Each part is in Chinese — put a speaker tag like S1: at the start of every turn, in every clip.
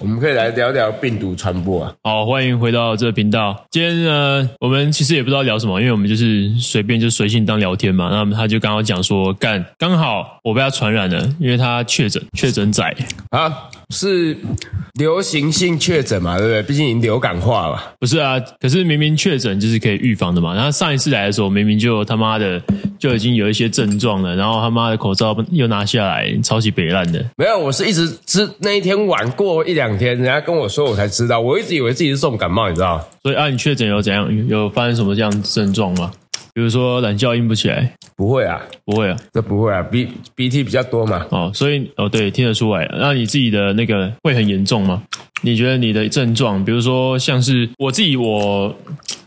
S1: 我们可以来聊聊病毒传播啊。
S2: 好，欢迎回到这个频道。今天呢，我们其实也不知道聊什么，因为我们就是随便就随性当聊天嘛。那么他就刚好讲说，干，刚好我被他传染了，因为他确诊， 确诊仔。
S1: 啊，是流行性确诊嘛，对不对？毕竟已经流感化了。
S2: 不是啊，可是明明确诊就是可以预防的嘛。然后上一次来的时候，明明就他妈的就已经有一些症状了，然后他妈的口罩又拿下来，超级北烂的。
S1: 没有，我是一直知那一天晚过一两天，人家跟我说我才知道，我一直以为自己是重感冒，你知道？
S2: 所以啊，你确诊有怎样？有发生什么这样的症状吗？比如说懒觉硬不起来，
S1: 不会啊，
S2: 不会啊。
S1: 这不会啊，鼻鼻涕比较多嘛。
S2: 哦，所以哦，对，听得出来。那你自己的那个会很严重吗？你觉得你的症状，比如说像是我自己我，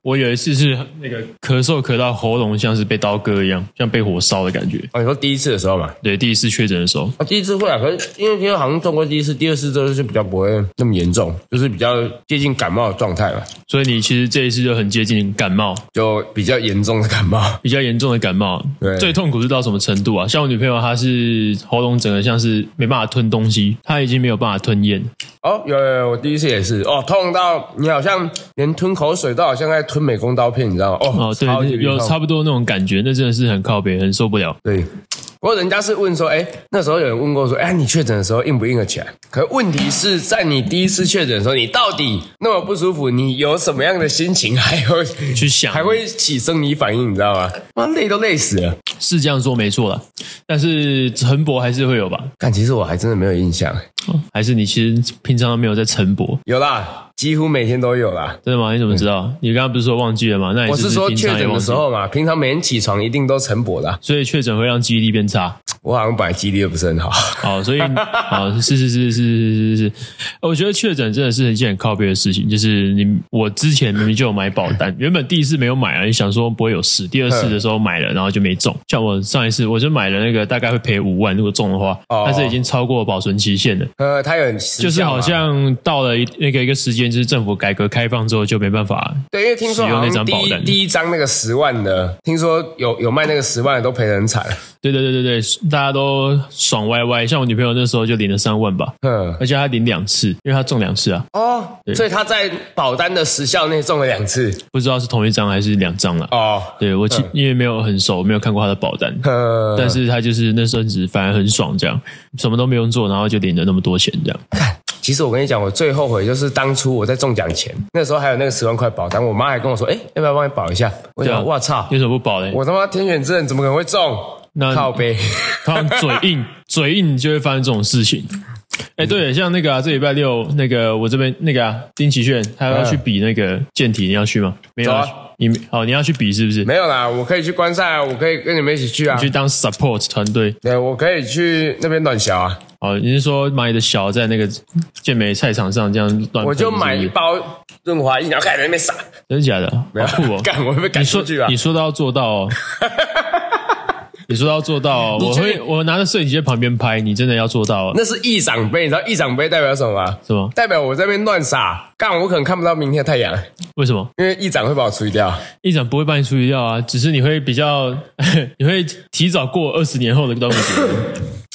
S2: 我有一次是那个咳嗽咳到喉咙像是被刀割一样，像被火烧的感觉。
S1: 哦，你说第一次的时候嘛，
S2: 对，第一次确诊的时候，
S1: 啊，第一次会啊，可是因为因为好像中过第一次，第二次之后就比较不会那么严重，就是比较接近感冒的状态嘛，
S2: 所以你其实这一次就很接近感冒，
S1: 就比较严重的感冒。
S2: 比较严重的感冒。
S1: 对
S2: 最痛苦是到什么程度啊？像我女朋友，她是喉咙整个像是没办法吞东西，她已经没有办法吞咽。
S1: 哦，有有有，我第一次也是，哦，痛到你好像连吞口水都好像在吞美工刀片，你知道吗？哦，
S2: 哦，
S1: 超级
S2: 对，
S1: 病
S2: 有
S1: 痛
S2: 差不多那种感觉，那真的是很靠北，很受不了。
S1: 对。不过人家是问说，哎，那时候有人问过说，哎，你确诊的时候硬不硬得起来？可问题是在你第一次确诊的时候，你到底那么不舒服，你有什么样的心情，还会
S2: 去想
S1: 还会起生理反应，你知道吗？妈累都累死了。
S2: 是这样说没错啦，但是晨勃还是会有吧？
S1: 但其实我还真的没有印象，
S2: 哦还是你其实平常都没有在晨勃？
S1: 有啦，几乎每天都有啦。
S2: 真的吗？你怎么知道？你刚刚不是说忘记了吗？那你
S1: 我是
S2: 是
S1: 说
S2: 不是平
S1: 确
S2: 常也
S1: 诊
S2: 忘
S1: 的
S2: 记
S1: 时，候嘛，平常每天起床一定都晨勃的啊、
S2: 所以确诊会让记忆力变差。
S1: 我好像本来记忆力又不是很好。
S2: 哦，所以哦，是是是是是是是，呃我觉得确诊真的是一件很靠背的事情。就是你，我之前明明就有买保单，原本第一次没有买啊，你想说不会有事，第二
S1: 嗯
S2: 次的时候买了，然后就没中。像我上一次，我就买了那个大概会赔五万，如果中的话，
S1: 哦
S2: 但是已经超过保存期限了。
S1: 呃，它有很时效
S2: 就
S1: 嘛
S2: 是好像到了一那个一个时间，就是政府改革开放之后就没办法。
S1: 对，因为听说好
S2: 使
S1: 像
S2: 用那
S1: 第
S2: 张保
S1: 一
S2: 单
S1: 第一张那个十万的，听说有有卖那个十万的都赔得很惨。
S2: 对对对对对，大家都爽歪歪。像我女朋友那时候就领了三万吧，
S1: 嗯，
S2: 而且她领两次，因为她中两次啊，
S1: 哦，所以他在保单的时效内中了两次
S2: 不知道是同一张还是两张了。
S1: 哦。
S2: 对我其因为没有很熟，我没有看过她的保单，
S1: 呃，
S2: 但是她就是那阵子反而很爽，这样什么都不用做，然后就领了那么多钱这样。
S1: 其实我跟你讲，我最后悔就是当初我在中奖前，那时候还有那个十万块保单，我妈还跟我说，哎，要不要帮你保一下？我
S2: 对啊
S1: 想，我操，
S2: 为什么不保嘞？
S1: 我他妈天选之人怎么可能会中？
S2: 那
S1: 靠背，
S2: 他们嘴硬， 嘴硬就会发生这种事情。哎、
S1: 嗯
S2: 对，像那个啊，这礼拜六那个我这边那个啊，丁奇炫他要去比那个健体，你要去吗？没有、
S1: 走啊
S2: 你好，你要去比是不是？
S1: 没有啦，我可以去观赛啊，我可以跟你们一起去啊
S2: 你，去当 support 团队。
S1: 对，我可以去那边暖小啊，
S2: 哦，你是说买的小在那个健美菜场上这样乱喷？
S1: 我就是
S2: 不是
S1: 买一包润滑液，然后开始在那边撒，
S2: 真的假的？
S1: 没有啊
S2: 好酷哦！
S1: 干我会被赶
S2: 你说
S1: 出去啊
S2: 你说到做到 哦，你说到做到哦，我
S1: 确
S2: 会
S1: 定
S2: 我拿着摄影机在旁边拍，你真的要做到哦，
S1: 那是议长杯，你知道议长杯代表什么吗？
S2: 是吗？
S1: 代表我在那边乱撒，干我可能看不到明天的太阳，
S2: 为什么？
S1: 因为议长会把我处理 掉。
S2: 一长不会帮你处理掉啊，只是你会比较， 你会提早过二十年后的端午节，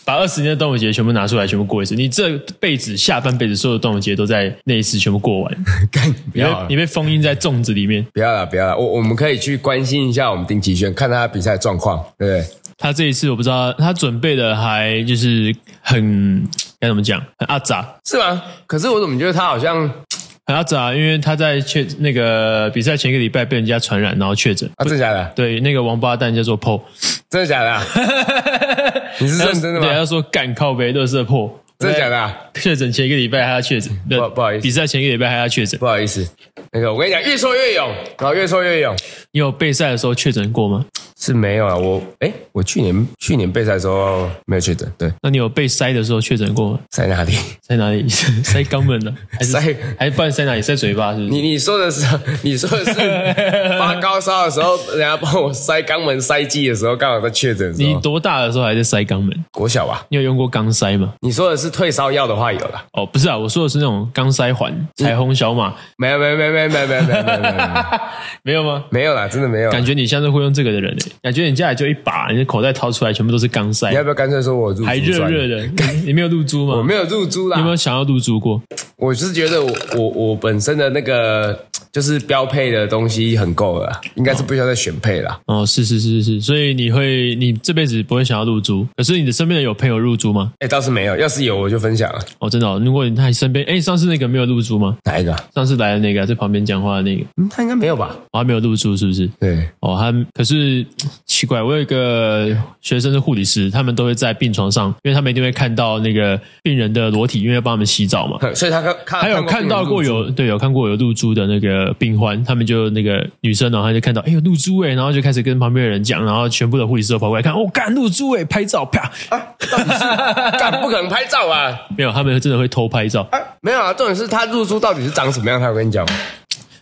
S2: 把二十年的端午节全部拿出来，全部过一次。你这辈子下半辈子所有的端午节都在那一次全部过完，
S1: 干， 不
S2: 你
S1: 要
S2: 被
S1: 啊
S2: 你被封印在粽子里面。
S1: 不要了，不要了，我我们可以去关心一下我们丁奇轩，看他比赛状况，对不对？
S2: 他这一次我不知道，他准备的还就是很该怎么讲，很阿杂，
S1: 是吗？可是我怎么觉得他好像啊
S2: 很阿杂，因为他在确那个比赛前一个礼拜被人家传染，然后确诊。
S1: 啊，真的假的？
S2: 对，那个王八蛋叫做 PO，
S1: 真的假的啊、 你是认真的
S2: 对，
S1: 吗？
S2: 他说干靠北，乐色破。
S1: 真的假的啊、
S2: 确诊前一个礼拜还要确诊，对
S1: 不不好意思
S2: 比赛前一个礼拜还要确诊。
S1: 不好意思，那个我跟你讲，越挫越勇，然后越挫越勇
S2: 你有备赛的时候确诊过吗？
S1: 是没有啊。我哎，我去年去年备赛的时候没有确诊，对，
S2: 那你有被塞的时候确诊过吗？
S1: 在哪里？
S2: 塞哪里？ 塞肛门的？还是
S1: 塞
S2: 还是不然塞哪里？塞嘴巴是不 是？
S1: 你你说的是 你说的是 发高烧的时候，人家帮我塞肛门塞剂的时候，刚好在确诊的时
S2: 你
S1: 候，
S2: 多大的时候还在塞肛门？
S1: 国小吧？
S2: 你有用过钢塞吗？
S1: 你 说的是退烧药的话有了，嗯
S2: 哦，不是啊，我说的是那种钢塞环，彩虹小马。
S1: 没有没有没有没有没没没没没没没
S2: 没有吗？
S1: 没有啦，真的没有啦。
S2: 感觉你像是会用这个的人诶、感觉你家里就一把，你的口袋掏出来全部都是钢塞
S1: 你，要不要干脆说我入
S2: 还
S1: 猪
S2: 热
S1: 算了
S2: 热？的。你你没有露珠吗？
S1: 我没有入猪啦，
S2: 你有没有想要露珠过？
S1: 我是觉得我我我本身的那个就是标配的东西很够了，应该是不需要再选配啦。
S2: 哦，是是是是，所以你会，你这辈子不会想要入猪，可是你的身边有朋友入猪吗？
S1: 哎、倒是没有，要是有我就分享了。
S2: 哦，真的、哦，如果你他身边，哎，上次那个没有入猪吗？
S1: 哪一个啊、
S2: 上次来的那个在旁边讲话的那个，
S1: 嗯，他应该没有吧？
S2: 哦，他没有入猪是不是？
S1: 对，
S2: 哦，他可是奇怪，我有一个学生是护理师，他们都会在病床上，因为他们一定会看到那个病人的裸体，因为要帮他们洗澡嘛。
S1: 哼所以他看看
S2: 还有看到过
S1: 病人入
S2: 有对有看过有露珠的那个病患，他们就那个女生，然后她就看到哎有露珠哎，然后就开始跟旁边的人讲，然后全部的护理师都跑过来看，哦干露珠哎，拍照啪，
S1: 啊猪 干不可能拍照啊吧？
S2: 没有，他们真的会偷拍照。
S1: 啊，没有啊，重点是他入猪到底是长什么样？他有跟你讲吗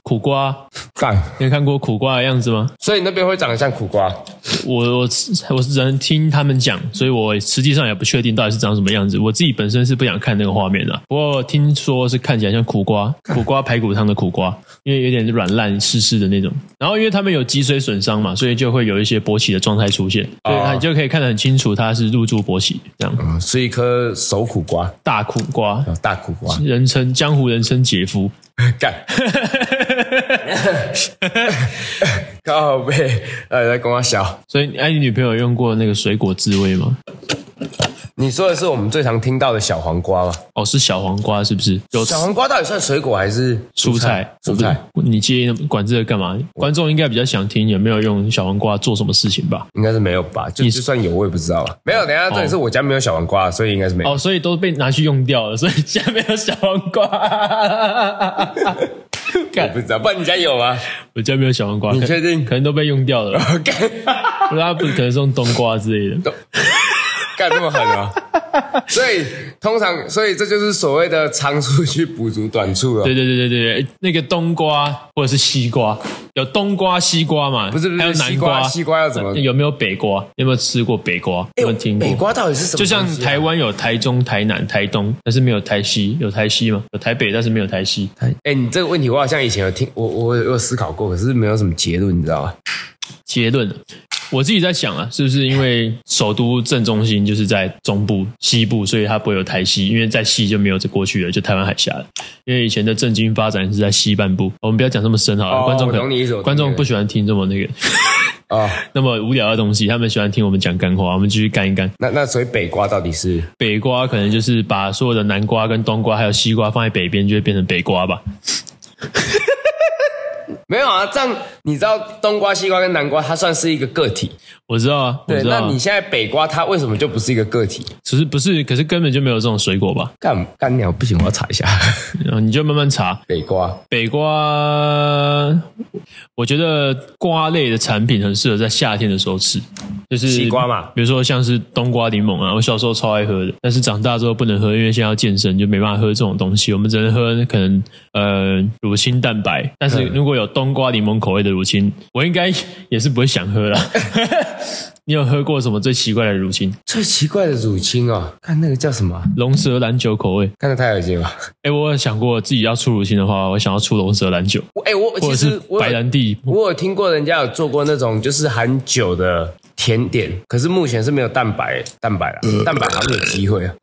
S2: 苦瓜，
S1: 干，
S2: 你有看过苦瓜的样子吗？
S1: 所以那边会长得像苦瓜。
S2: 我我我只能听他们讲，所以我实际上也不确定到底是长什么样子。我自己本身是不想看那个画面的，啊不过听说是看起来像苦瓜，苦瓜排骨汤的苦瓜，因为有点软烂湿湿的那种。然后因为他们有脊髓损伤嘛，所以就会有一些勃起的状态出现，所以
S1: 哦
S2: 它你就可以看得很清楚，它是入住勃起这样
S1: 嗯，是一颗熟苦瓜，
S2: 大苦瓜。
S1: 啊大苦瓜。
S2: 人称江湖人称姐夫，
S1: 干，靠背，呃，在跟我小。
S2: 所以哎，你女朋友用过那个水果滋味吗？
S1: 你说的是我们最常听到的小黄瓜吧？
S2: 哦，是小黄瓜是不是？有
S1: 小黄瓜到底算水果还是
S2: 蔬菜，
S1: 蔬菜
S2: 我不，你介意那么管这个干嘛？观众应该比较想听有没有用小黄瓜做什么事情吧？
S1: 应该是没有吧？就就算有，我也不知道啊。没有，等一下重点是我家没有小黄瓜，所以应该是没有。
S2: 哦，所以都被拿去用掉了，所以现在没有小黄 瓜。
S1: 我不知道，不然你家有吗？
S2: 我家没有小黄瓜，
S1: 你
S2: 可
S1: 确定
S2: 可能都被用掉了。
S1: 干
S2: 不然它不可能是用冬瓜之类的。
S1: 干这么狠 啊！所以通常，所以这就是所谓的长处去补足短处啊了
S2: 对。对对对对对，那个冬瓜或者是西瓜，有冬瓜、西瓜嘛？
S1: 不是不
S2: 还有
S1: 是，
S2: 南
S1: 西瓜西瓜要怎么？
S2: 有没有北瓜？有没有吃过北瓜？有没有听过？
S1: 哎北瓜到底是什么
S2: 就
S1: 东西啊？
S2: 像台湾有台中、台南、台东，但是没有台西，有台西吗？有台北，但是没有台西。
S1: 哎、你这个问题我好像以前有听，我我我有思考过，可是没有什么结论，你知道 吧？
S2: 结论，我自己在想啊，是不是因为首都正中心就是在中部、西部，所以它不会有台西，因为在西就没有这过去了，就台湾海峡了。因为以前的政经发展是在西半部，哦我们不要讲这么深好了，
S1: 哦
S2: 观众可
S1: 我懂你意思我懂你意思
S2: 观众不喜欢听这么那个
S1: 啊、
S2: 那么无聊的东西，他们喜欢听我们讲干话，我们继续干一干。
S1: 那那所以北瓜到底是
S2: 北瓜可能就是把所有的南瓜、跟冬瓜还有西瓜放在北边，就会变成北瓜吧。
S1: 没有啊？这样你知道冬瓜、西瓜跟南瓜，它算是一个个体。
S2: 我知道啊，我
S1: 对，
S2: 知道、啊。
S1: 那你现在北瓜它为什么就不是一个个体？
S2: 只是不是，可是根本就没有这种水果吧？
S1: 干干鸟不行，我要查一下
S2: 然后你就慢慢查。
S1: 北瓜。
S2: 北瓜，我觉得瓜类的产品很适合在夏天的时候吃，就是
S1: 西瓜嘛
S2: 比如说像是冬瓜、柠檬啊，我小时候超爱喝的，但是长大之后不能喝，因为现在要健身就没办法喝这种东西，我们只能喝可能呃乳清蛋白，但是如果有冬瓜、柠檬口味的乳清，我应该也是不会想 喝啦。你有喝过什么最奇怪的乳清？
S1: 最奇怪的乳清哦，看那个叫什么啊？
S2: 龙舌兰酒口味？
S1: 看着太恶心了吧。
S2: 哎、我有想过自己要出乳清的话，我想要出龙舌兰酒，
S1: 我哎、我
S2: 或
S1: 其
S2: 者是
S1: 实我
S2: 白
S1: 有
S2: 兰地。
S1: 我有听过人家有做过那种就是含酒的甜点，可是目前是没有蛋白蛋白啦，
S2: 呃
S1: 蛋白好像有机会 啊，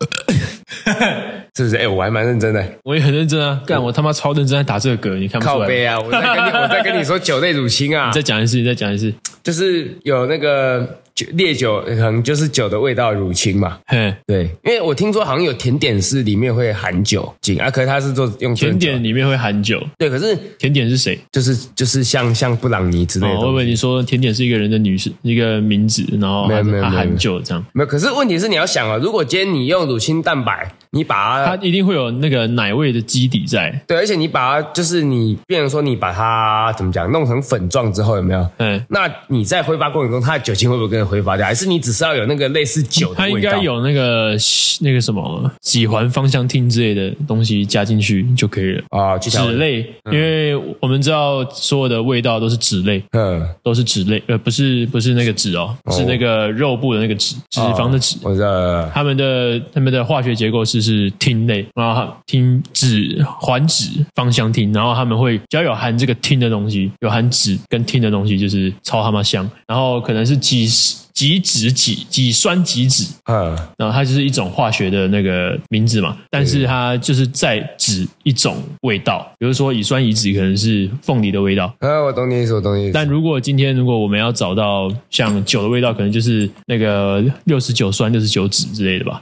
S1: 是不是？哎、我还蛮认真的，
S2: 我也很认真啊，干我他妈超认真在打这个嗝，你看不
S1: 靠
S2: 出来吗。
S1: 背啊！我在跟 你我在跟你说酒类乳清啊
S2: 你再，讲一次，你再讲一次。
S1: 就是有那个酒烈酒，可能就是酒的味道的乳清嘛。
S2: 嘿，
S1: 对，因为我听说好像有甜点是里面会含酒精啊，可是它是做用
S2: 甜
S1: 真酒
S2: 点里面会含酒，
S1: 对，可是
S2: 甜点是谁？
S1: 就是就是像像布朗尼之类
S2: 哦
S1: 的，东
S2: 我
S1: 西
S2: 以为你说甜点是一个人的女士一个名字，然后
S1: 没有
S2: 它
S1: 没有
S2: 它
S1: 没有
S2: 含酒这样，
S1: 没有，可是问题是你要想啊，如果今天你用乳清蛋白，你把
S2: 它
S1: 它
S2: 一定会有那个奶味的基底在。
S1: 对，而且你把它就是你变成说你把它怎么讲弄成粉状之后有没有？
S2: 嗯，
S1: 那你在挥发过程中，它的酒精会不会跟着挥发掉？还是你只是要有那个类似酒的
S2: 它
S1: 味道？
S2: 应该有那个那个什么几环芳香烃之类的东西加进去就可以了。
S1: 啊，去调
S2: 脂类，因为我们知道所有的味道都是脂类，
S1: 嗯，
S2: 都是脂类，呃，不是不是那个脂哦，是那个肉部的那个脂，脂肪的脂。
S1: 我的
S2: 它们的它们的化学结构是就是听类，然后听指环指芳香烃，然后他们会只要有含这个听的东西，有含指跟听的东西，就是超他妈香。然后可能是几几酯几几酸几酯，
S1: 嗯，
S2: 然后它就是一种化学的那个名字嘛，但是它就是在指一种味道，比如说乙酸乙酯可能是凤梨的味道，
S1: 啊，我懂你意思，我懂你意思。
S2: 但如果今天如果我们要找到像酒的味道，可能就是那个六十九酸、六十九酯之类的吧。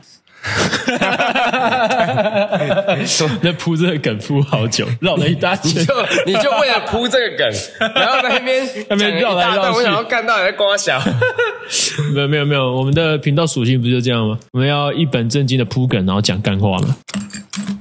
S2: 那铺这个梗铺好久，绕了一大圈
S1: 你。 就你就为了铺这个梗，然后在那边
S2: 那边
S1: 讲
S2: 绕
S1: 一
S2: 来
S1: 大
S2: 绕
S1: 段，
S2: 去
S1: 我想要干到底在瓜小，
S2: 没有没有没有，我们的频道属性不就这样吗？我们要一本正经的铺梗，然后讲干话嘛。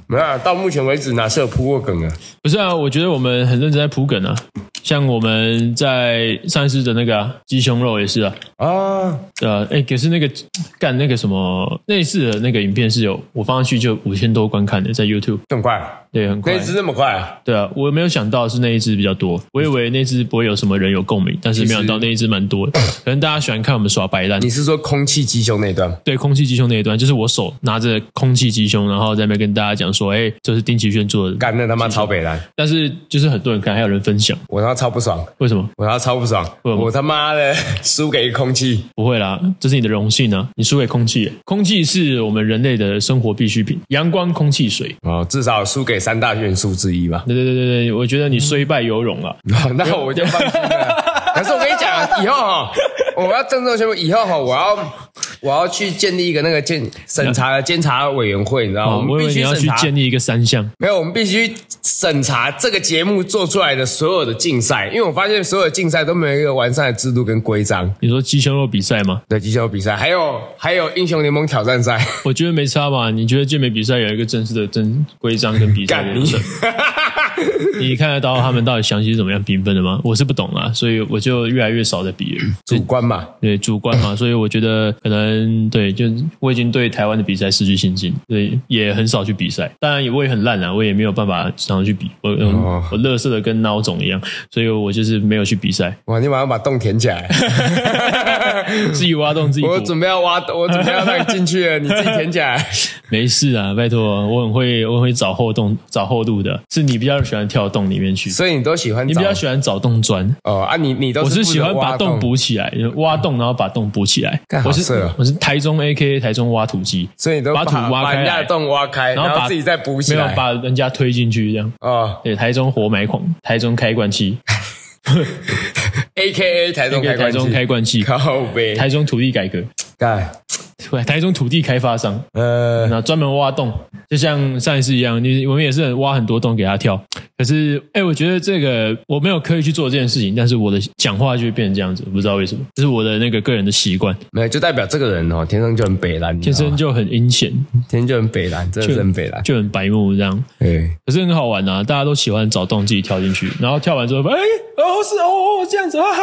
S1: 没有啊，到目前为止哪是有铺过梗啊？
S2: 不是啊，我觉得我们很认真在铺梗啊。像我们在上一次的那个、啊、鸡胸肉也是啊，
S1: 啊，
S2: 对啊，哎，可是那个干那个什么那一次的那个影片是有我放上去就五千多观看的，在 YouTube，
S1: 这么快？
S2: 对，很
S1: 那
S2: 快
S1: 一。只这么快？
S2: 对啊，我没有想到是那一只比较多，我以为那只不会有什么人有共鸣，但是没想到那一只蛮多的。可能大家喜欢看我们耍白烂
S1: 你，是说空气鸡胸那一段吗？
S2: 对，空气鸡胸那一段，就是我手拿着空气鸡胸，然后在那边跟大家讲说，哎，这是丁奇炫做的，
S1: 干那他妈超北蓝，
S2: 但是就是很多人看，还有人分享，
S1: 我他妈超不爽，
S2: 为什么？
S1: 我他妈超不爽，
S2: 为什么
S1: 我他妈的 输给空气，
S2: 不会啦，这是你的荣幸啊！你输给空气，空气是我们人类的生活必需品，阳光、空气、水。
S1: 哦，至少输给三大元素之一吧。
S2: 对对对对对，我觉得你虽败犹荣啊！
S1: 哦那我就放心 了。可是我跟你讲啊，以后哈，我要郑重宣布，以后哈，我要我要去建立一个那个监审查监察委员会，你知道吗？
S2: 哦，我
S1: 们
S2: 以为
S1: 必
S2: 你
S1: 须
S2: 要
S1: 审
S2: 去
S1: 查，
S2: 建立一个三项，
S1: 没有，我们必须审查这个节目做出来的所有的竞赛，因为我发现所有的竞赛都没有一个完善的制度跟规章。
S2: 你说鸡胸肉比赛吗？
S1: 对，机球比赛，还有还有英雄联盟挑战赛，
S2: 我觉得没差吧？你觉得健美比赛有一个正式的正规章跟比赛
S1: 干
S2: 流
S1: 你
S2: 程，！你看得到他们到底详细是怎么样评分的吗？我是不懂啊，所以我就越来越少的比了。
S1: 主观嘛，
S2: 对主观嘛，所以我觉得可能对，就我已经对台湾的比赛失去信心，对，也很少去比赛。当然，也我也很烂啊，我也没有办法常常去比，我、嗯
S1: 哦
S2: 我乐色的跟孬种一样，所以我就是没有去比赛，
S1: 哇，你马上把洞填 起来。
S2: 自己挖洞自己
S1: 我
S2: 补，
S1: 准备要挖，我准备要让你进去了，你自己填起 来。
S2: 没事啊，拜托，我很会，我很会找后洞，找后路的，是你比较喜欢跳洞里面去，
S1: 所以你都喜欢
S2: 你
S1: 找
S2: 比较喜欢找洞钻。
S1: 哦啊，你你都
S2: 我是
S1: 负责
S2: 喜欢
S1: 挖
S2: 把洞补起来，挖洞然后把洞补起来
S1: 干。好
S2: 我是
S1: 色哦
S2: 我是台中 A K A 台中挖土机，
S1: 所以你都
S2: 把土挖
S1: 把
S2: 开来
S1: 人家的洞挖开，哎然
S2: 然后把
S1: 后自己再补起
S2: 没有
S1: 来。
S2: 把人家推进去这样。
S1: 哦
S2: 对，台中活埋狂，台中开罐器，
S1: ，A K A 台中
S2: 那
S1: 开
S2: 个台
S1: 关
S2: 中开
S1: 机，
S2: 罐器，
S1: 靠呗，
S2: 台中土地改革，
S1: 干
S2: 台中土地开发商，
S1: 呃
S2: 然，后专门挖洞，就像上一次一样，你我们也是很挖很多洞给他跳。可是，哎，我觉得这个我没有刻意去做这件事情，但是我的讲话就会变成这样子，不知道为什么，这是我的那个个人的习惯，
S1: 没有就代表这个人哦，天生就很北蓝，
S2: 天
S1: 天
S2: 生就很阴险，
S1: 天生就很北蓝，真的是很北蓝。哎
S2: 就很白目这样。
S1: 对，
S2: 可是很好玩啊，大家都喜欢找洞自己跳进去，然后跳完之后，哎，哦是哦哦这样子，哈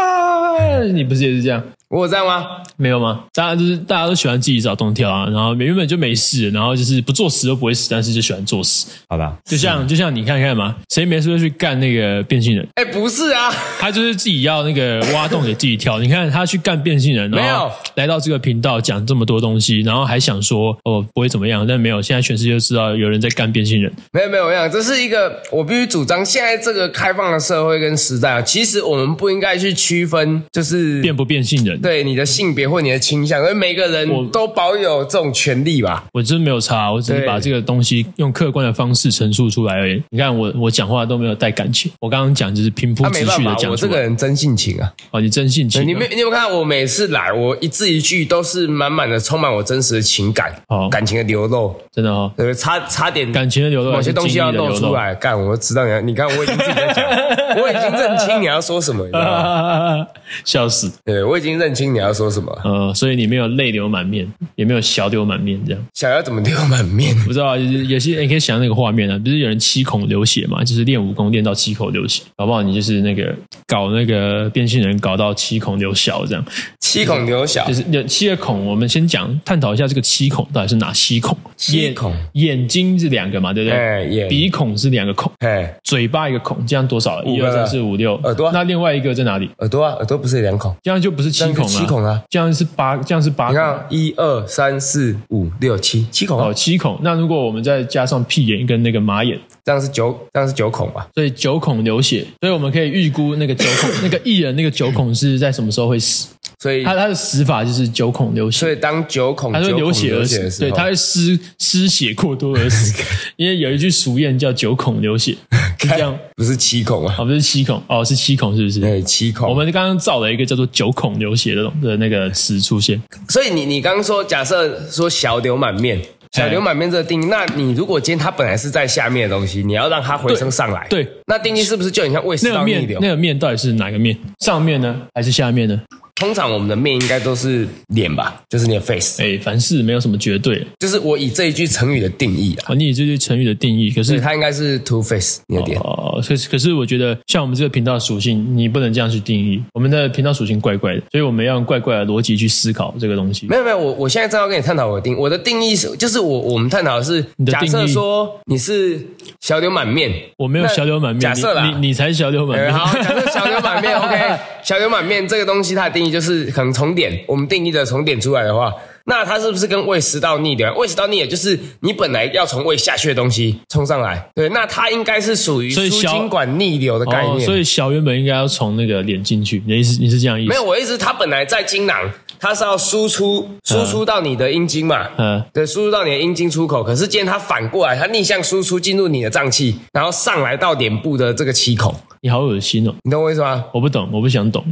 S2: 哈，你不是也是这样？
S1: 我有这样吗？
S2: 没有吗？大家就是大家都喜欢自己找洞跳啊，然后原本就没事，然后就是不作死都不会死，但是就喜欢作死。
S1: 好吧，
S2: 就像就像你看看嘛，谁没事就去干那个变性人？
S1: 哎，不是啊，
S2: 他就是自己要那个挖洞给自己跳。你看他去干变性人，
S1: 没有
S2: 然后来到这个频道讲这么多东西，然后还想说哦不会怎么样，但没有，现在全世界都知道有人在干变性人。
S1: 没有没有，我想这是一个我必须主张，现在这个开放的社会跟时代啊，其实我们不应该去区分，就是
S2: 变不变性人？
S1: 对你的性别或你的倾向，因为每个
S2: 我
S1: 人都保有这种权利吧。
S2: 我真没有查，我只是
S1: 对
S2: 把这个东西用客观的方式陈述出来而已。你看我我讲话都没有带感情，我刚刚讲就是平铺
S1: 他啊
S2: 直
S1: 没
S2: 叙
S1: 办
S2: 的
S1: 法，
S2: 讲
S1: 我
S2: 出
S1: 这
S2: 来
S1: 个。人真性情啊！
S2: 哦，你真性情啊。
S1: 你没你有没有看到我每次来，我一字一句都是满满的充满我真实的情感，
S2: 哦
S1: 感情的流露，
S2: 真 的哦，
S1: 对，差差点
S2: 感情的流露
S1: 某
S2: 还
S1: 些
S2: 是
S1: 东西
S2: 经
S1: 要
S2: 历的
S1: 露
S2: 流
S1: 出
S2: 露。
S1: 来。干，我知道你要，你看我已经自己在讲，我已经认清你要说什么，你知道 吗？
S2: 笑死，
S1: 对，我已经认清你要说什么，
S2: 呃，所以你没有泪流满面，也没有小流满面，这样
S1: 想要怎么丢满 面。
S2: 不知道啊，就是也是你可以想那个画面啊，不是有人七孔流血嘛，就是练武功练到七孔流血，搞不好你就是那个搞那个变性人搞到七孔流小这样，
S1: 七孔流小
S2: 就，是有七个孔，我们先讲探讨一下这个七孔到底是哪七孔？
S1: 七
S2: 眼
S1: 孔
S2: 眼睛是两个嘛，对不对？
S1: 哎眼，
S2: 鼻孔是两个孔，
S1: 哎
S2: 嘴巴一个孔，这样多少？
S1: 五
S2: 一
S1: 个
S2: 二三四五六，
S1: 耳朵
S2: 那另外一个在哪里？
S1: 耳朵啊，耳朵不是有两孔？
S2: 这样就不是七
S1: 这样
S2: 孔
S1: 七孔啊，
S2: 这样是八，这样是八
S1: 你
S2: 孔啊。
S1: 看一二三四五六七七孔啊
S2: 哦，，七孔。那如果我们再加上屁眼跟那个马眼，
S1: 这样是九，这样是九孔吧？
S2: 所以九孔流血，所以我们可以预估那个九 孔，那个艺人那个九孔是在什么时候会死？
S1: 所以
S2: 他他的死法就是九孔流血
S1: 所。以当九孔
S2: 他
S1: 九
S2: 会
S1: 孔
S2: 流血而
S1: 的
S2: 死，
S1: 时候，
S2: 对， 他会失失血过多而死，因为有一句俗谚叫“九孔 流血”，是这样，
S1: 不是七孔啊，
S2: 哦，不是七孔，哦，是七孔，是不是？
S1: 对，七孔。
S2: 我们刚刚造了一个叫做“九孔流血”的东的那个词出现，
S1: 所以你你刚刚说，假设说小流满面，
S2: 哎
S1: 小流满面这个定义，那你如果今天它本来是在下面的东西，你要让它回升上来，
S2: 对对
S1: 那定义是不是就很像胃食
S2: 那个
S1: 道逆
S2: 面
S1: 流？
S2: 那个面到底是哪个面？上面呢，还是下面呢？
S1: 通常我们的面应该都是脸吧，就是你的 face，
S2: 哎，凡事没有什么绝对
S1: 就是我以这一句成语的定义啊，
S2: 啊。你以这句成语的定义，可
S1: 所
S2: 是
S1: 以它应该是 two face 你的脸。
S2: 哦，可是可是我觉得，像我们这个频道属性，你不能这样去定义。我们的频道属性怪怪的，所以我们要用怪怪的逻辑去思考这个东西。
S1: 没有没有，我我现在正要跟你探讨我的定，我的定义是，就是我我们探讨的是
S2: 你，的定
S1: 假设
S2: 义
S1: 说你是小流满面，
S2: 我没有
S1: 那
S2: 小流满面，
S1: 假设啦
S2: 你你你才小流满
S1: 呃
S2: 面。
S1: 好，假设小牛板面 ，OK，小牛板面这个东西它的定义就是可能从点，我们定义的从点出来的话，那它是不是跟胃食道逆流？胃食道逆流就是你本来要从胃下去的东西冲上来，对，那它应该是属于
S2: 所以
S1: 输
S2: 小
S1: 精管逆流的概念。
S2: 哦，所以小原本应该要从那个脸进去，你的意思你是这样意
S1: 没
S2: 思？
S1: 有，我意思它本来在精囊，它是要输出输出到你的阴茎嘛。
S2: 嗯
S1: 对，输入到你的阴茎出口，可是今天它反过来，它逆向输出进入你的脏器，然后上来到脸部的这个七孔，
S2: 你好恶心哦！
S1: 你懂我意思吗？
S2: 我不懂，我不想 懂。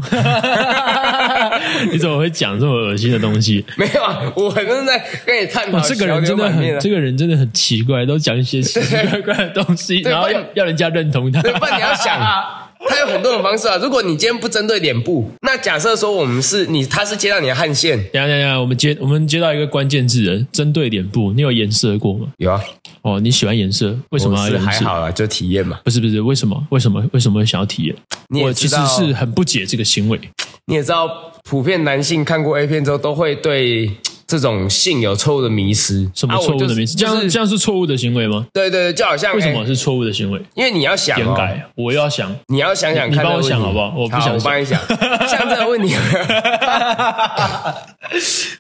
S2: 你怎么会讲这么恶心的东西？
S1: 没有啊，我正在跟你探讨、
S2: 哇，哦这个人真的
S1: 啊
S2: 很，这个人真的很奇怪，都讲一些奇奇怪怪的东西，
S1: 对
S2: 然后
S1: 不
S2: 要
S1: 然
S2: 要人家认同他。
S1: 对，不然你要 想，它有很多种方式啊。如果你今天不针对脸部，那假设说我们是你，他是接到你的汗腺，
S2: 等一下等一下，我们接我们接到一个关键字了，针对脸部，你有颜色过吗？
S1: 有啊，
S2: 哦，你喜欢颜色，为什么
S1: 我
S2: 要
S1: 是
S2: 颜
S1: 还
S2: 色？
S1: 好啦，就体验嘛。
S2: 不是不是，为什么为什么为什么会想要体验？
S1: 你也
S2: 我其
S1: 知
S2: 实
S1: 道
S2: 是很不解这个行为。
S1: 你也知道，普遍男性看过 A 片之后，都会对这种性有错误的迷失，
S2: 什么
S1: 啊
S2: 错误的名词？这
S1: 我
S2: 样
S1: 就是
S2: 这
S1: 就是
S2: 样是错误的行为吗？
S1: 对对对，就好像
S2: 为什么
S1: 哎
S2: 是错误的行为？
S1: 因为你要想、
S2: 点
S1: 哦，
S2: 改，我又要想。
S1: 你要想想看
S2: 你
S1: 这
S2: 帮
S1: 个
S2: 我
S1: 问题，
S2: 想好不好我不想
S1: 我帮你想。像这个问题，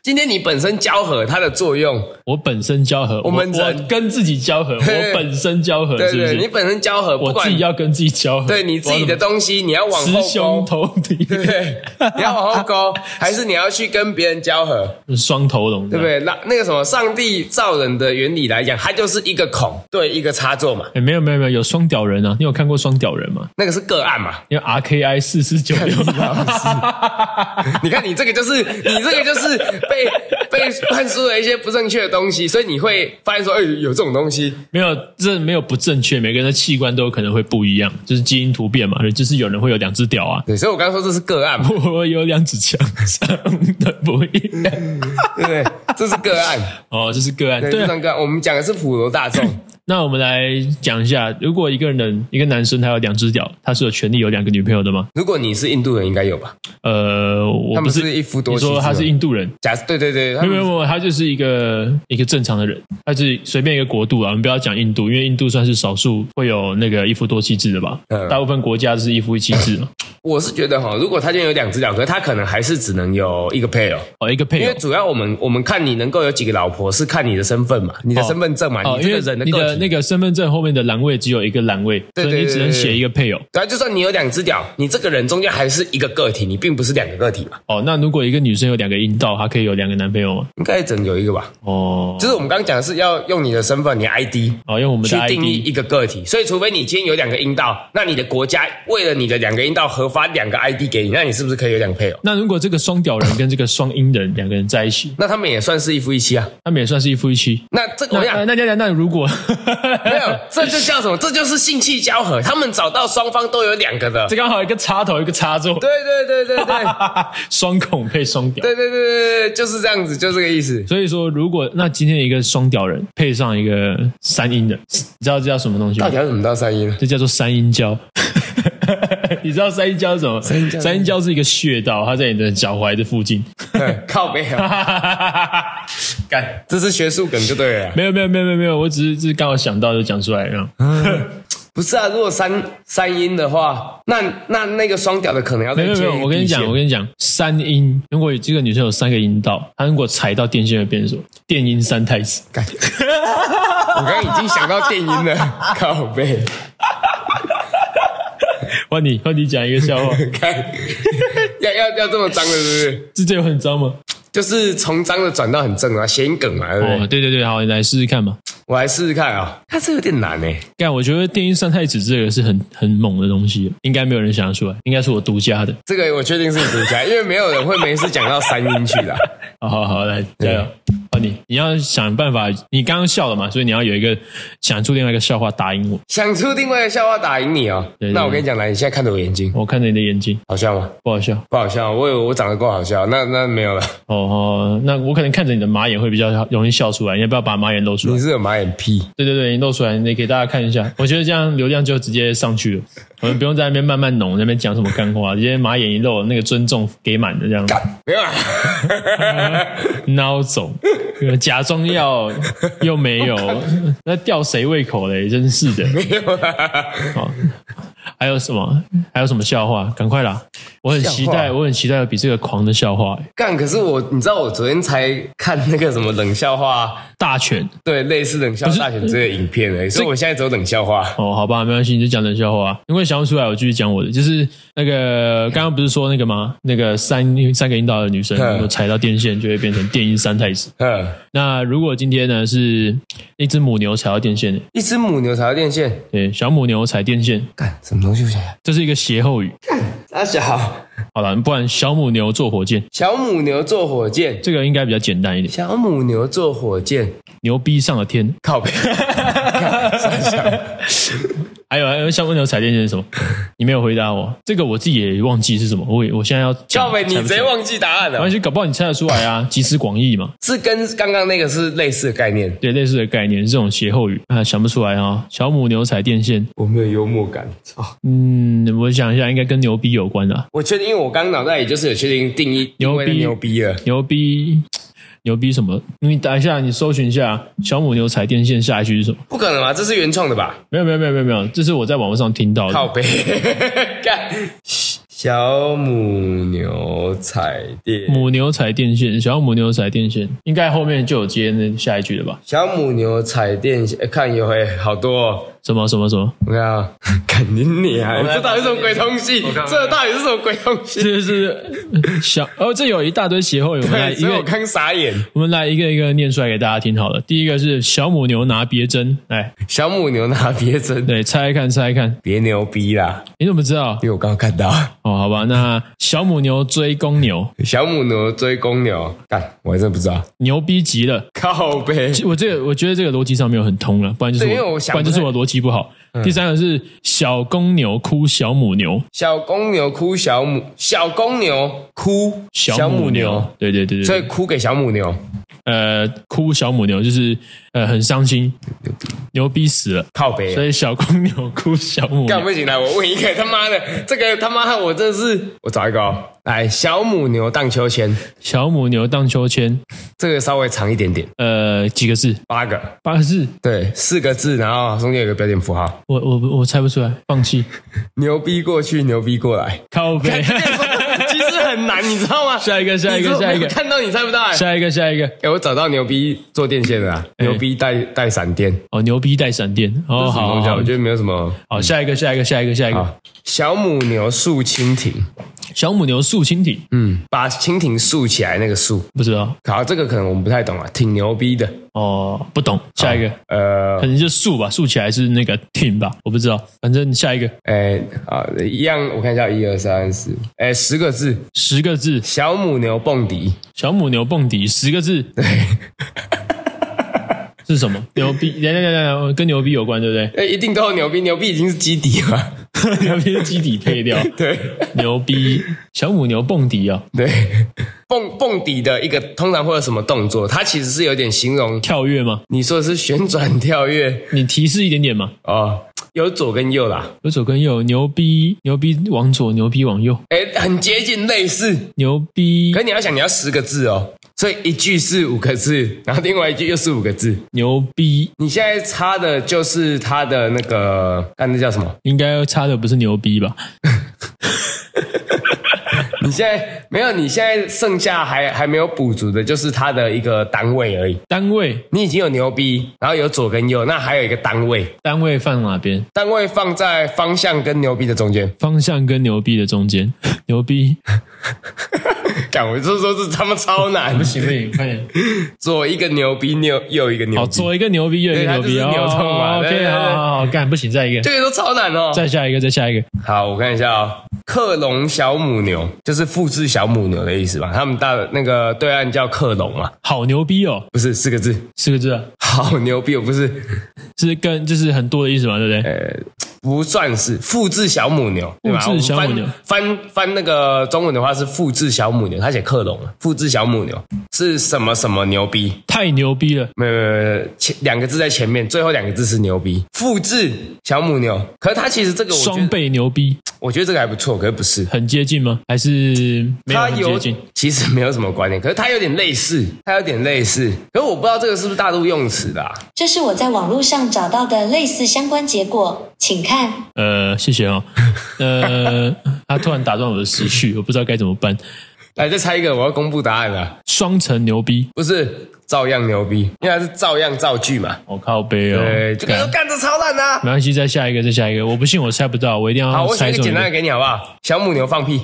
S1: 今天你本身交合它的作用，
S2: 我本身交合，我
S1: 们
S2: 我
S1: 人
S2: 跟自己交合，
S1: 对
S2: 我本身交合，
S1: 对
S2: 是不
S1: 对，你
S2: 是？
S1: 本身交合，不
S2: 我
S1: 管
S2: 自己要跟自己交合，
S1: 对你自己的东西，你要往
S2: 雌
S1: 后勾，
S2: 雄同体，
S1: 对不对？ 你要往后勾，还是你要去跟别人交合，
S2: 双头龙，
S1: 对不？对？那那个什么，上帝造人的原理来讲，它就是一个孔对一个插座嘛，
S2: 哎，没有没有没有，有双屌人啊！你有看过双屌人吗？
S1: 那个是个案嘛。
S2: 因为 RKI 四四九六，
S1: 你看你这个就是你这个就是被被灌输了一些不正确的东西，所以你会发现说，哎，有这种东西。
S2: 没有这没有不正确，每个人的器官都有可能会不一样，就是基因突变嘛，就是有人会有两只屌啊，
S1: 对，所以我刚刚说这是个案嘛，
S2: 我有两指枪，长的不一样。
S1: 对不对？这是个案，
S2: 哦，这是个案，
S1: 对，
S2: 对
S1: 这
S2: 啊，
S1: 算个案。我们讲的是普罗大众，
S2: 那我们来讲一下，如果一个人一个男生他有两只屌，他是有权利有两个女朋友的吗？
S1: 如果你是印度人，应该有吧？
S2: 呃，我
S1: 他
S2: 不
S1: 们
S2: 是
S1: 是一夫多
S2: 你
S1: 妻制吗。啊
S2: 说他是印度人，
S1: 假设对对对，他
S2: 没
S1: 们
S2: 有没有没有，他就是一个一个正常的人，他是随便一个国度啊，我们不要讲印度，因为印度算是少数会有那个一夫多妻制的吧，
S1: 嗯
S2: 大部分国家都是一夫一妻 制嘛，
S1: 我是觉得哈，如果他就有两只脚，可是他可能还是只能有一个配偶，
S2: 哦，一个
S1: 因
S2: 配
S1: 为
S2: 偶。
S1: 主要我们我们看你能够有几个老婆是看你的身份嘛，你的身份证嘛，
S2: 哦，
S1: 你
S2: 因
S1: 这
S2: 为
S1: 个人的
S2: 你
S1: 个
S2: 的
S1: 体。
S2: 那个身份证后面的栏位只有一个栏位，
S1: 对
S2: 所以
S1: 对
S2: 你只能
S1: 对对
S2: 写一个配偶。
S1: 对啊，就算你有两只脚，你这个人中间还是一个个体，你并不是两个个体嘛，
S2: 哦，那如果一个女生有两个阴道，她可以有两个男朋友吗？
S1: 应该只能有一个吧。
S2: 哦，
S1: 就是我们刚刚讲的是要用你的身份，你的 ID。
S2: 哦，用我们
S1: 去
S2: 的 ID
S1: 定义一个个体，所以除非你今天有两个阴道，那你的国家为了你的两个阴道核发两个 ID 给你，那你是不是可以有两个配偶？
S2: 那如果这个双屌人跟这个双阴人两个人在一 起，
S1: 那他们也算是一夫一妻啊。
S2: 他们也算是一夫一妻。
S1: 那这个
S2: 那
S1: 我想
S2: 那那那那如果
S1: 没有，这就叫什么？这就是性器交合。他们找到双方都有两个的
S2: 这。刚好一个插头一个插座，
S1: 对对对对对
S2: 双孔配双屌。
S1: 对对对对对，就是这样子，就这个意思。
S2: 所以说，如果那今天一个双屌人配上一个三阴人，你知道这叫什么东西
S1: 到
S2: 吗
S1: 底？要怎么到三一 呢？
S2: 这叫做三阴交。你知道三阴交是什么？三
S1: 阴交
S2: 三阴交是一个穴道，它在你的脚踝的附近。
S1: 对靠背啊，
S2: 干，
S1: 这是学术梗就对了。啊
S2: 没有没有没有没有没有，我只是只是刚好想到就讲出来了。
S1: 不是啊，如果三三音的话，那那那个双屌的可能要
S2: 没
S1: 再
S2: 有没
S1: 接
S2: 有，
S1: 一
S2: 我跟
S1: 根
S2: 你讲，
S1: 线
S2: 我跟你讲，三阴，如果这个女生有三个阴道，她如果踩到电线会变成什么？电音三太子。
S1: 我刚刚已经想到电音 了，靠背，
S2: 换你，换你讲一个 笑话，
S1: 看，要要要这么脏的，是不是？
S2: 是这有很脏吗？
S1: 就是从脏的转到很正啊，谐音梗嘛，对不对？
S2: 哦，对对对，好，你来试试看嘛。
S1: 我来试试看啊、它这有点难诶、
S2: 干，我觉得电音三太子这个是很很猛的东西，应该没有人想得出来，应该是我独家的。
S1: 这个我确定是你独家，因为没有人会没事讲到三音去的啊、
S2: 好好好，来加油！换你，你要想办法。你刚刚笑了嘛，所以你要有一个想出另外一个笑话打赢我。
S1: 想出另外的笑话打赢你哦。
S2: 对对
S1: 那我跟你讲来，你现在看着我眼睛，
S2: 我看着你的眼睛，
S1: 好笑吗？
S2: 不好笑。
S1: 不好笑，我以为我长得够好笑，那那没有了。
S2: 哦哦，那我可能看着你的马眼会比较容易笑出来。你要不要把马眼露出来
S1: 你？是有马眼屁，
S2: 对对对，你露出来，你给大家看一下。我觉得这样流量就直接上去了，我们不用在那边慢慢弄，在那边讲什么干话，直接马眼一露，那个尊重给满的这样，
S1: 没有啦。
S2: 孬种，假装要又 没有，那吊谁胃口嘞？真是的。
S1: 没有啦，
S2: 好，还有什么？还有什么笑话？赶快啦！我很期
S1: 笑
S2: 待，
S1: 话
S2: 我很期待有比这个狂的笑话、欸
S1: 干！可是我，你知道我昨天才看那个什么冷笑话，
S2: 大全
S1: 对，类似冷笑大全这个影片而已，所以我现在只有冷笑话。
S2: 哦，好吧，没关系，你就讲冷笑话。因为想不出来，我继续讲我的。就是那个刚刚不是说那个吗？那个三三个阴道的女生，
S1: 嗯
S2: 如果踩到电线就会变成电音三太子。
S1: 嗯，
S2: 那如果今天呢是一只母牛踩到电线，
S1: 一只母牛踩到电线，
S2: 对，小母牛踩电线，
S1: 干什么东西？我想想，
S2: 这是一个歇后语。
S1: 阿小
S2: 好了，不然小母牛坐火箭，
S1: 小母牛坐火箭，
S2: 这个应该比较简单一点。
S1: 小母牛坐火箭，
S2: 牛逼上了天，
S1: 靠 背。
S2: 还有还有，像蜗牛踩电线是什么？你没有回答我，这个我自己也忘记是什么。我也我现在要
S1: 靠背，你
S2: 讲
S1: 直接，忘记答案
S2: 没
S1: 了
S2: 关，系，搞不好你猜得出来啊，集思广益嘛，
S1: 是跟刚刚那个是类似的概念。
S2: 对，类似的概念，这种歇后语啊，想不出来啊、小母牛踩电线，
S1: 我没有幽默感，操！
S2: 嗯，我想一下，应该跟牛逼有关啊，
S1: 哦我确定，因为我刚脑袋里就是有确定定义，
S2: 牛
S1: 因
S2: 逼
S1: 为牛逼了。
S2: 牛逼。牛逼什么？你打一下，你搜寻一下“小母牛踩电线”下一句是什么？
S1: 不可能吧？这是原创的吧？
S2: 没有，没有，没有，没有，没有，这是我在网络上听到
S1: 靠
S2: 的。
S1: 背， 干小母牛踩电，
S2: 母牛踩电线，小母牛踩电线，应该后面就有接那下一句了吧？
S1: 小母牛踩电线，哎看有哎，好多哦。
S2: 什么什么什么？
S1: 我看 啊，肯定你啊！这到底是什么鬼东西？这到底是什么鬼东西？
S2: 就是小哦，这有一大堆歇后语，我们来
S1: 对，
S2: 一
S1: 所以我
S2: 个
S1: 刚傻眼。
S2: 我们来一个一个念出来给大家听好了。第一个是小母牛拿别针，哎，
S1: 小母牛拿别针，
S2: 对，猜一看，猜一看，
S1: 别牛逼啦！
S2: 你怎么知道？
S1: 因为我刚刚看到
S2: 哦，好吧，那小母牛追公牛，
S1: 小母牛追公牛，干，我还真不知道。
S2: 牛逼极了。
S1: 靠背，
S2: 其我这个我觉得这个逻辑上没有很通了，啊不然就是
S1: 对因为
S2: 我
S1: 我
S2: 不
S1: 想嗯
S2: 然就是我逻辑不好。第三个是小公牛哭小母牛，
S1: 小公牛哭小母，小公牛哭
S2: 母牛，对对对对
S1: 所以
S2: 对，
S1: 哭给小母牛。
S2: 呃，哭小母牛就是呃很伤心，牛逼死了。
S1: 靠背啊，
S2: 所以小公牛哭小母
S1: 干
S2: 牛，
S1: 不行来，我问一个他妈的，这个他妈我真的是，我找一个哦，来小母牛荡秋千，
S2: 小母牛荡秋千，
S1: 这个稍微长一点点，
S2: 呃，几个字？
S1: 八个，
S2: 八个字，
S1: 对，四个字，然后中间有个标点符号，
S2: 我我我猜不出来，放弃，
S1: 牛逼过去，牛逼过来，
S2: 靠背。
S1: 其实很难，你知道吗？
S2: 下一个，下一个，
S1: 你知道
S2: 下一个，
S1: 看到你猜不到哎、
S2: 下一个，下一个。
S1: 哎我找到牛逼做电线的啦，牛逼带带闪电，
S2: 哦，牛逼带闪电，哦，
S1: 什么
S2: 好，
S1: 东西啊？
S2: 好
S1: 我，觉得没有什么。
S2: 好，下一个，下一个，下一个，下一个。
S1: 啊，小母牛竖蜻蜓，
S2: 小母牛竖蜻蜓，
S1: 嗯，把蜻蜓竖起来那个竖，
S2: 不知道，
S1: 好，这个可能我们不太懂啊，挺牛逼的。
S2: 哦，不懂。下一个，
S1: 呃
S2: 可，能就竖吧，竖起来是那个 team 吧，我不知道。反正下一个，
S1: 哎，啊，一样，我看一下，一二三四，哎，十个字，
S2: 十个字，
S1: 小母牛蹦迪，
S2: 小母牛蹦迪，十个字。是 什么？牛逼！来来来来，跟牛逼有关，对不对？
S1: 哎，一定都有牛逼，牛逼已经是基底了，
S2: 牛逼是基底配料，
S1: 对
S2: 牛逼小母牛蹦迪啊、
S1: 对，蹦蹦迪的一个通常会有什么动作？它其实是有点形容，
S2: 跳跃吗？
S1: 你说的是旋转跳跃
S2: 你提示一点点嘛？
S1: 哦，有左跟右啦，
S2: 有左跟右，牛逼牛逼往左，牛逼往右，
S1: 哎，很接近类似。
S2: 牛逼
S1: 可你要想，你要十个字哦，所以一句是五个字，然后另外一句又是五个字。
S2: 牛逼，
S1: 你现在差的就是它的那个，看那叫什么？
S2: 应该差的不是牛逼吧？
S1: 你现在没有，你现在剩下还还没有补足的，就是它的一个单位而已。
S2: 单位
S1: 你已经有牛逼，然后有左跟右，那还有一个单位，
S2: 单位放哪边？
S1: 单位放在方向跟牛逼的中间。
S2: 方向跟牛逼的中间，牛逼
S1: 干，我就说这他妈超难，
S2: 不行不行，快点！
S1: 左一个牛逼，右右一个牛
S2: 好，
S1: 逼，
S2: 左一个牛逼，右一个牛逼，
S1: 对它就是牛痛嘛
S2: 哦
S1: 对
S2: ，OK，
S1: 对对
S2: 好好好，干不行，再一个
S1: 这，个都超难哦。
S2: 再下一个，再下一个，
S1: 好，我看一下哦，克隆小母牛就是复制小母牛的意思吧？他们大那个对岸叫克隆嘛，
S2: 好牛逼哦，
S1: 不是四个字，
S2: 四个字啊，
S1: 好牛逼，我不是，
S2: 是跟就是很多的意思嘛，对不
S1: 哎
S2: 对？
S1: 不算是复制小母牛，对吧？
S2: 复制小母牛
S1: 我们翻翻翻那个中文的话是复制小母牛，他写克隆啊，复制小母牛是什么什么牛逼？
S2: 太牛逼了，
S1: 没有没有没有，前两个字在前面，最后两个字是牛逼，复制小母牛。可是它其实这个我觉
S2: 双
S1: 得，
S2: 倍牛逼，
S1: 我觉得这个还不错，可是不是。
S2: 很接近吗？还是没有
S1: 它
S2: 很
S1: 有
S2: 接近？
S1: 其实没有什么关联，可是它有点类似，它有点类似，可是我不知道这个是不是大陆用词的、啊。
S3: 这是我在网络上找到的类似相关结果，请看。
S2: 呃，谢谢 哦。呃，他突然打断我的思绪，我不知道该怎么办。
S1: 来，再猜一个，我要公布答案了，
S2: 双层牛逼，
S1: 不是照样牛逼，因为它是照样造句嘛。
S2: 我、靠背哦。
S1: 对，就跟说干
S2: 干
S1: 这超烂啊！
S2: 没关系，再下一个，再下一个。我不信我猜不到，我一定
S1: 好，
S2: 要
S1: 我选
S2: 猜
S1: 一个
S2: 中一
S1: 简单的
S2: 个。
S1: 给你好不好？小母牛放屁，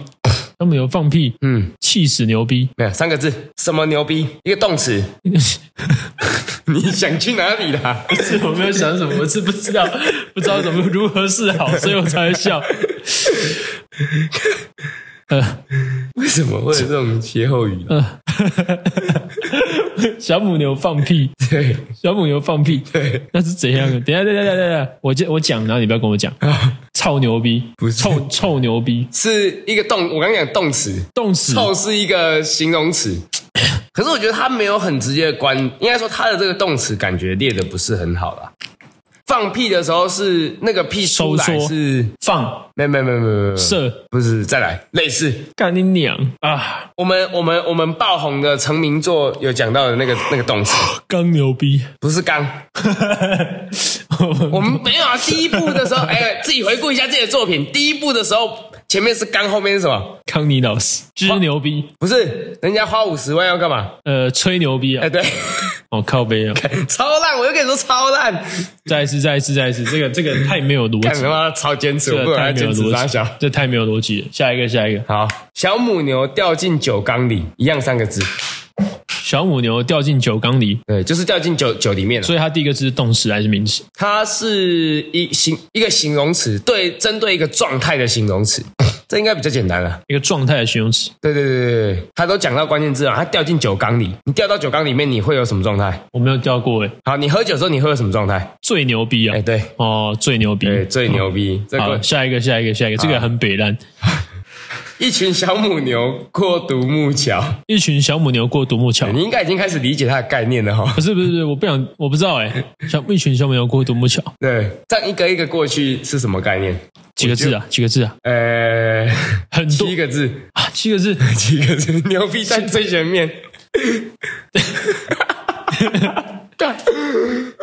S2: 他们有放屁，
S1: 嗯，
S2: 气死牛逼！
S1: 没有三个字，什么牛逼？一个动词， 你想去哪里 啦？
S2: 是我没有想什么，我是不知道， 不知道怎么如何是好，所以我才会笑。 呃
S1: 为什么会有这种歇后语呢？
S2: 呃， 小母牛放屁，
S1: 对，
S2: 小母牛放屁，
S1: 对，
S2: 那是怎样的？等一下，等一下，等一下等一下，我讲我讲，然后你不要跟我讲，臭牛逼，
S1: 啊不是
S2: 臭臭牛逼，
S1: 是一个动，我刚刚讲动词，
S2: 冻死，
S1: 臭是一个形容 词，可是我觉得它没有很直接的关，应该说它的这个动词感觉列的不是很好啦。放屁的时候是那个屁出
S2: 收
S1: 来
S2: 缩
S1: 是，
S2: 放
S1: 没有没有没有没有没有，
S2: 射，
S1: 不是再来类似
S2: 干你娘啊！
S1: 我们我们我们爆红的成名作有讲到的那个那个动词，
S2: 刚牛逼，
S1: 不是刚，我们没有啊。第一部的时 候，哎，自己回顾一下自己的作品，第一部的时候前面是刚，后面是什么？
S2: 康尼老师，知牛逼，
S1: 不是，人家花五十万要干嘛？
S2: 呃，吹牛逼啊
S1: 哎，！对。
S2: 哦，靠背啊！
S1: 超烂，我就跟你说超烂，
S2: 再一次，再一次，再一次，这个这个太没有逻
S1: 干
S2: 辑
S1: 什，么超坚持，
S2: 这
S1: 我不
S2: 个
S1: 然
S2: 太
S1: 要
S2: 没有
S1: 坚持傻小
S2: 逻辑。，这太没有逻辑了。下一个，下一个，
S1: 好，小母牛掉进酒缸里，一样三个字，
S2: 小母牛掉进酒缸里，
S1: 对，就是掉进酒酒里面了。
S2: 所以它第一个字是动词还是名词？
S1: 它是一形一个形容词，对，针对一个状态的形容词， 这应该比较简单了。
S2: 一个状态的形容词，
S1: 对对对对对，它都讲到关键字了。它掉进酒缸里，你掉到酒缸里面，你会有什么状态？
S2: 我没有掉过诶，
S1: 好，你喝酒之后你会有什么状态？
S2: 最牛逼啊
S1: 哎，！对，
S2: 哦，最牛逼，
S1: 对，最牛逼，这
S2: 嗯好，
S1: 个
S2: 下一个，下一个，下一个，这个很北烂。
S1: 一群小母牛过独木桥，
S2: 一群小母牛过独木桥，
S1: 哎你应该已经开始理解它的概念了哈、
S2: 不是不是不是，我不想，我不知道哎、小一群小母牛过独木桥，
S1: 对，这样一个一个过去是什么概念？
S2: 几个字啊？几个字啊？
S1: 呃，
S2: 很多
S1: 七个字，
S2: 啊，七个字。
S1: 七个字， 牛逼在最前面。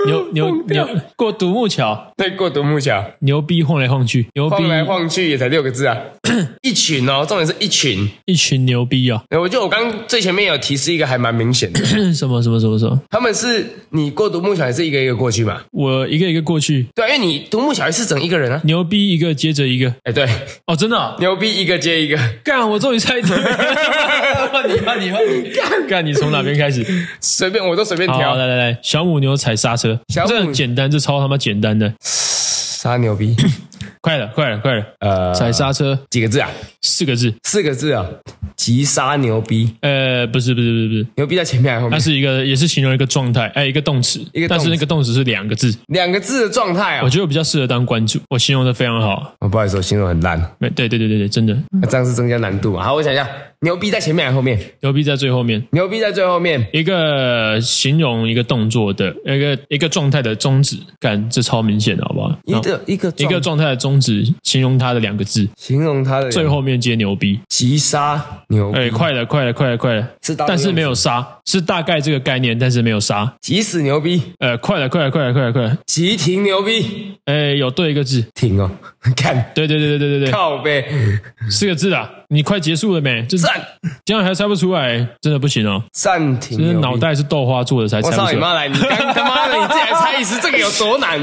S2: 牛牛牛过独木桥，
S1: 对，过独木桥，
S2: 牛逼晃来晃去，牛逼
S1: 晃来晃去也才六个字啊， 一群哦，重点是一群。
S2: 一群牛逼啊！
S1: 哎我觉得我刚最前面有提示一个还蛮明显 的，
S2: 什么什么什么什么？
S1: 他们是你过独木桥也是一个一个过去嘛？
S2: 我一个一个过去，
S1: 对啊，因为你独木桥是整一个人啊。
S2: 牛逼一个接着一个。
S1: 哎，对，
S2: 哦，真的、啊，
S1: 牛逼一个接一个，
S2: 干！我终于 猜对了。换你，换你，换你！干！干！你从哪边开始？
S1: 随便我都随便
S2: 好，
S1: 挑，
S2: 来来来，小母牛踩刹车，
S1: 小母
S2: 这很简单，这超他妈简单的。
S1: 啥牛逼？
S2: 快了，快了，快了！
S1: 呃，
S2: 踩刹车，
S1: 几个字啊？
S2: 四个字。
S1: 四个字啊，急刹牛逼，
S2: 呃，不是，不是，不是，不是，
S1: 牛逼在前面啊还是后
S2: 它
S1: 面？
S2: 是一个，也是形容一个状态，哎，一个动词，
S1: 一个动词
S2: 但是那个动词是两个字。
S1: 两个字的状态啊
S2: 我。觉得我比较适合当关主，我形容的非常好。
S1: 哦，不好意思，我形容很烂，
S2: 没，对对对对对，真的，
S1: 那这样是增加难度啊嘛？好，我想一下，牛逼在前面还是后面？
S2: 牛逼在最后面。
S1: 牛逼在最后面，
S2: 一个形容一个动作的一个一个状态的终止，感这超明显的，好不好？
S1: 一个一个
S2: 一个状态的终止形容它的两个字，
S1: 形容他的
S2: 最后面接牛逼。
S1: 急杀牛逼，
S2: 哎，快了，快了，快了，快了！
S1: 是大
S2: 但是没有杀，是大概这个概念，但是没有杀。
S1: 急死牛逼，
S2: 呃，快了，快了，快了，快了，快了！
S1: 急停牛逼，
S2: 哎，有对一个字，
S1: 停哦， 看
S2: 对对对对对对对，
S1: 靠呗，
S2: 四个字啊！你快结束了没？这
S1: 暂
S2: 这样还猜不出来，真的不行哦！
S1: 暂停
S2: 这
S1: 牛
S2: 是
S1: 逼，
S2: 脑袋是豆花做的才
S1: 我
S2: 猜
S1: 操
S2: 不
S1: 你
S2: 出来。
S1: 妈来！你刚他妈的，你自己来猜一次，这个有多 难？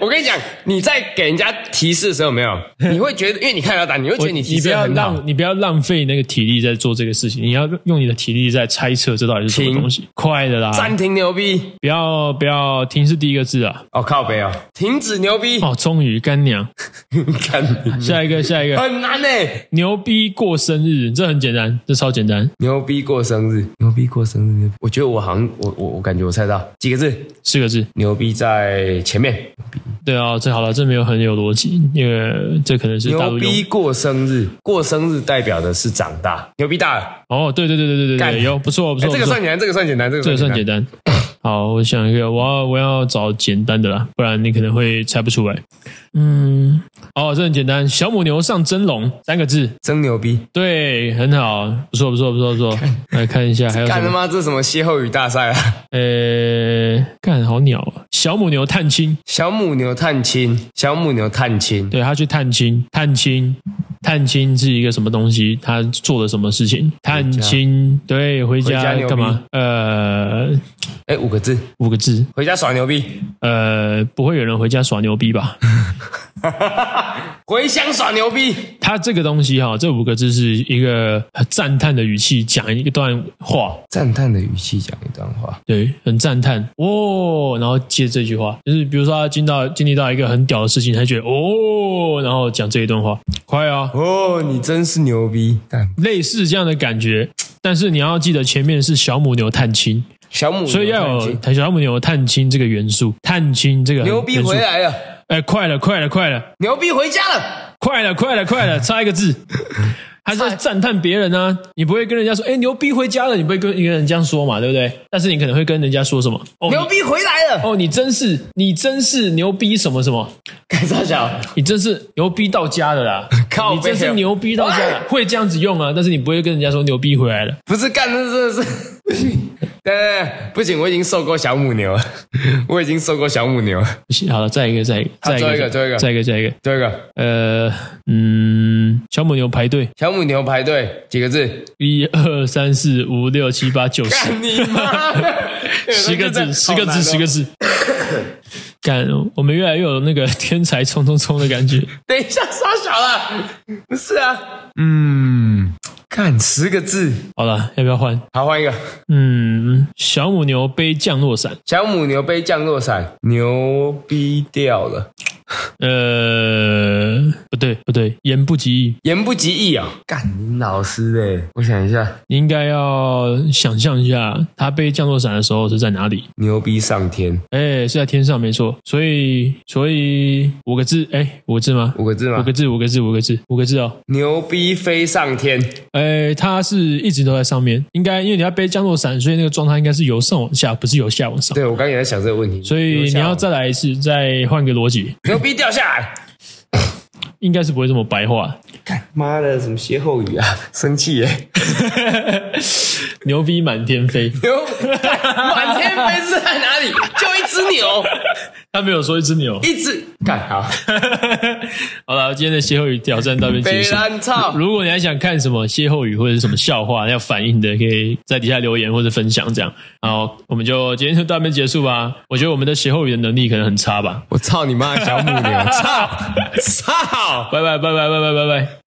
S1: 我跟你讲，你在给人家提示的时候，有 没有，你会觉得，因为你看到答案，你会觉
S2: 我
S1: 得你
S2: 你
S1: 提
S2: 不
S1: 示
S2: 要
S1: 很好。
S2: 浪，你不要浪费那个体力在做这个事情，你要用你的体力在猜测这到底是什么
S1: 停
S2: 东西。快的啦，
S1: 暂停牛逼，
S2: 不要不要，停是第一个字啊！
S1: 哦靠北哦，停止牛逼，
S2: 哦，终于干娘，
S1: 看
S2: 下一个下一个，
S1: 很难呢、欸
S2: 牛逼过生日，这很简单，这超简单，
S1: 牛逼过生日，牛逼过生日，我觉得我好像我我我感觉我猜到几个字，
S2: 四个字。
S1: 牛逼在前面，
S2: 对啊，这好了，这没有很有逻辑，因为这可能是大
S1: 牛
S2: 陆
S1: 逼
S2: 用。
S1: 过生日，过生日代表的是长大，牛逼大了，
S2: 哦，对对对对对对
S1: 干
S2: 对，有不错不
S1: 哎
S2: 错，
S1: 这个
S2: 不错
S1: 算简单，这个算简单，这
S2: 这
S1: 个
S2: 个
S1: 算
S2: 算
S1: 简
S2: 简
S1: 单，
S2: 单。 好，我想一个，我要我要找简单的啦，不然你可能会猜不出来。嗯，哦，这很简单，小母牛上蒸笼三个字，
S1: 真牛逼，
S2: 对，很好，不错不错不错不错。来看一下还有什
S1: 干他
S2: 么？
S1: 妈这什么歇后语大赛啊！
S2: 呃，干好鸟啊！小母牛探亲，
S1: 小母牛探亲，小母牛探亲，
S2: 对，他去探亲，探亲，探亲是一个什么东西？他做了什么事情？探亲，对，回
S1: 回家
S2: 家
S1: 牛逼
S2: 干嘛？呃，
S1: 哎，五个字，
S2: 五个字，
S1: 回家耍牛逼，
S2: 呃，不会有人回家耍牛逼吧？
S1: 回乡耍牛逼，
S2: 他这个东西哈、这五个字是一个很赞叹的语气讲一段话，
S1: 赞叹的语气讲一段话，
S2: 对，很赞叹哦，然后接这句话，就是比如说他经到经历到一个很屌的事情，他觉得哦，然后讲这一段话，快啊，
S1: 哦，你真是牛逼，干
S2: 类似这样的感觉。 但是你要记得前面是小母牛探亲，
S1: 小母牛探亲，
S2: 所以要有小母牛探亲这个元素，探亲这个
S1: 牛逼
S2: 元素
S1: 回。来了，
S2: 哎，快了，快了，快了，
S1: 牛逼回家了，
S2: 快了，快了，快了，差一个字。还是赞叹别人啊！你不会跟人家说，哎，牛逼回家了，你不会跟一个人这样说嘛，对不对？但是你可能会跟人家说什么？哦，你
S1: 牛逼回来了，
S2: 哦，你真是，你真是牛逼什么什么，
S1: 干啥小？
S2: 你真是牛逼到家了啦！
S1: 靠
S2: 你真
S1: 背
S2: 是
S1: 哦
S2: 牛逼到家了，会这样子用啊，但是你不会跟人家说牛逼回来了。
S1: 不是干，这真的 是。不行，对对对，不行，我已经受够小母牛了， 我已经受够小母牛了。
S2: 不行好了，再一个，再一个，
S1: 好
S2: 再一个，
S1: 最后一个
S2: 再一个，再一个，
S1: 第二个，
S2: 呃，嗯，小母牛排队，
S1: 小母牛排队几个字？
S2: 一二三四五六七八九十，
S1: 干你 妈的！
S2: 十 个字，十个字，十个
S1: 字。
S2: 字。干，我们越来越有那个天才冲冲冲的感觉。
S1: 等一下，傻小了，不是啊？嗯，看十个字，
S2: 好了，要不要换？
S1: 好，换一个。
S2: 嗯，小母牛背降落伞，
S1: 小母牛背降落伞，牛逼掉了，
S2: 呃，不对不对，言不及义，
S1: 言不及义啊、干你老师嘞！我想一下，
S2: 你应该要想象一下，他背降落伞的时候是在哪里？
S1: 牛逼上天，
S2: 哎，是在天上，没错。所以，所以五个字，哎，五个字吗？
S1: 五个字啊
S2: 五
S1: 吗
S2: 个？字，五个字，五个字，五个字哦。
S1: 牛逼飞上天，
S2: 哎，他是一直都在上面，应该因为你要背降落伞，所以那个状态应该是由上往下，不是由下往上。
S1: 对我刚也在想这个问题，
S2: 所以你要
S1: 这
S2: 再来一次，再换个逻辑，
S1: 牛逼掉下来，
S2: 应该是不会这么白话。
S1: 干妈的什么歇后语啊？ 生气耶！
S2: 牛逼满天飞，
S1: 牛满天飞是在哪里？就一只牛，
S2: 他没有说一只牛。
S1: 一只干好，
S2: 好了，今天的歇后语挑战到这边结
S1: 北
S2: 束。
S1: 兰草。
S2: 如果你还想看什么歇后语或者是什么笑话要反应的，可以在底下留言或者分享这样。好，我们就今天就到这边结束吧。我觉得我们的歇后语的能力可能很差吧。
S1: 我操你妈，小母牛！操操！
S2: 拜拜拜拜拜拜拜拜。